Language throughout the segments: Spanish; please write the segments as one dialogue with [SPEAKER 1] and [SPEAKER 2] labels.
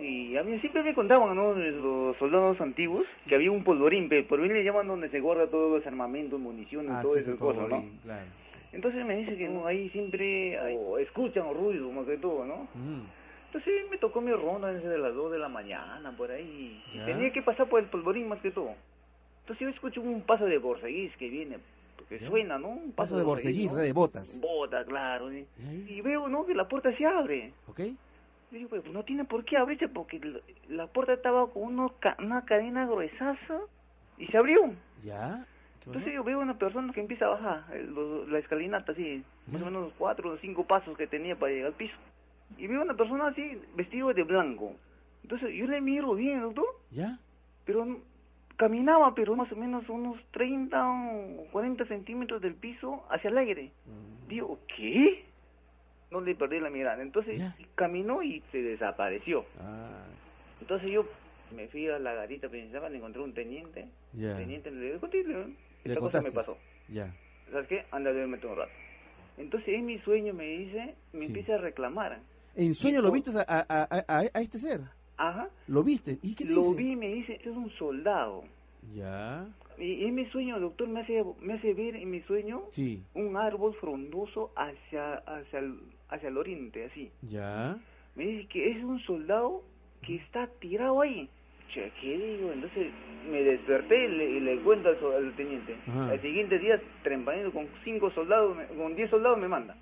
[SPEAKER 1] Y a mí siempre me contaban, ¿no? Los soldados antiguos, que había un polvorín, pero por mí le llaman donde se guarda todos los armamentos, municiones,
[SPEAKER 2] Ah,
[SPEAKER 1] todas
[SPEAKER 2] sí,
[SPEAKER 1] esas
[SPEAKER 2] ese
[SPEAKER 1] cosas, ¿no?
[SPEAKER 2] polvorín, claro.
[SPEAKER 1] Entonces me dice que no, ahí siempre ay, o escuchan ruido más que todo, ¿no?
[SPEAKER 2] Mm.
[SPEAKER 1] Entonces me tocó mi ronda desde las 2 de la mañana, por ahí. y
[SPEAKER 2] Ya.
[SPEAKER 1] tenía que pasar por el polvorín más que todo. Entonces yo escucho un paso de Borseguís que viene, que
[SPEAKER 2] Ya.
[SPEAKER 1] suena, ¿no? Un
[SPEAKER 2] Paso de Borceguís,
[SPEAKER 1] ¿no?
[SPEAKER 2] de botas.
[SPEAKER 1] Botas, claro. ¿sí?
[SPEAKER 2] ¿Y ahí?
[SPEAKER 1] Y veo, ¿no? Que la puerta se abre.
[SPEAKER 2] ¿Ok?
[SPEAKER 1] Yo digo, pues no tiene por qué abrirse porque la- la puerta estaba con uno ca- una cadena gruesaza y se abrió.
[SPEAKER 2] ¿Ya? ¿Qué pasó?
[SPEAKER 1] Entonces yo veo una persona que empieza a bajar el- los- la escalinata así, más o
[SPEAKER 2] Ya.
[SPEAKER 1] menos cuatro o cinco pasos que tenía para llegar al piso. Y veo una persona así, vestido de blanco. Entonces yo le miro bien, doctor,
[SPEAKER 2] ¿Ya?
[SPEAKER 1] pero no- caminaba, pero más o menos unos 30 o 40 centímetros del piso hacia el aire.
[SPEAKER 2] Mm.
[SPEAKER 1] Digo, ¿qué? No le perdí la mirada. Entonces
[SPEAKER 2] Ya.
[SPEAKER 1] caminó y se desapareció.
[SPEAKER 2] Ah,
[SPEAKER 1] Entonces yo me fui a la garita principal, encontré un teniente.
[SPEAKER 2] ya.
[SPEAKER 1] Teniente le digo, "Contigo, ¿eh?
[SPEAKER 2] ¿Le
[SPEAKER 1] esta cosa me
[SPEAKER 2] contaste?
[SPEAKER 1] pasó.
[SPEAKER 2] Ya.
[SPEAKER 1] ¿Sabes qué? Anda, duérmete un rato. Entonces en mi sueño me dice, me
[SPEAKER 2] Sí.
[SPEAKER 1] empieza a reclamar.
[SPEAKER 2] ¿En sueño lo
[SPEAKER 1] Dijo-
[SPEAKER 2] viste a, a- a- a- a este ser?
[SPEAKER 1] Ajá.
[SPEAKER 2] ¿Lo viste? ¿Y qué te
[SPEAKER 1] Lo
[SPEAKER 2] dice?
[SPEAKER 1] vi y me dice, es un soldado.
[SPEAKER 2] Ya.
[SPEAKER 1] Y en mi sueño, doctor, me hace, me hace ver en mi sueño
[SPEAKER 2] Sí.
[SPEAKER 1] un árbol frondoso hacia, hacia, el, hacia el oriente, así.
[SPEAKER 2] Ya.
[SPEAKER 1] Me dice que es un soldado que está tirado ahí. Che, ¿qué digo? Entonces me desperté y le, y le cuento al, so- al teniente.
[SPEAKER 2] Ajá.
[SPEAKER 1] Al siguiente día, trempanero con cinco soldados, me- con diez soldados me manda.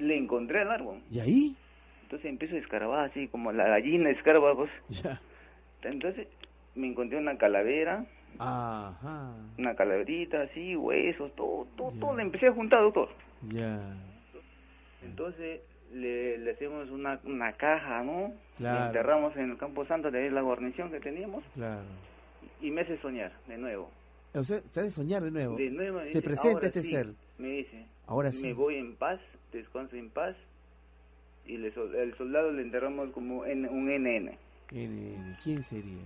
[SPEAKER 1] Le encontré al árbol.
[SPEAKER 2] ¿Y ahí?
[SPEAKER 1] Entonces empiezo a escarbar así, como la gallina escarba. pues.
[SPEAKER 2] Ya.
[SPEAKER 1] Entonces me encontré una calavera,
[SPEAKER 2] Ajá.
[SPEAKER 1] una calaverita así, huesos, todo, todo,
[SPEAKER 2] Ya.
[SPEAKER 1] todo. Le empecé a juntar, doctor.
[SPEAKER 2] Ya.
[SPEAKER 1] Entonces le, le hacemos una, una caja, ¿no?
[SPEAKER 2] Claro.
[SPEAKER 1] La enterramos en el Campo Santo, de ahí la guarnición que teníamos,
[SPEAKER 2] Claro.
[SPEAKER 1] y me hace soñar, de nuevo.
[SPEAKER 2] O sea, te hace soñar de nuevo.
[SPEAKER 1] De nuevo me
[SPEAKER 2] Se
[SPEAKER 1] dice,
[SPEAKER 2] presenta
[SPEAKER 1] "Ahora
[SPEAKER 2] este
[SPEAKER 1] sí",
[SPEAKER 2] ser.
[SPEAKER 1] Me dice,
[SPEAKER 2] Ahora sí.
[SPEAKER 1] me voy en paz, descanso en paz, y le sol- el soldado le enterramos como en un NN.
[SPEAKER 2] NN, ¿Quién sería?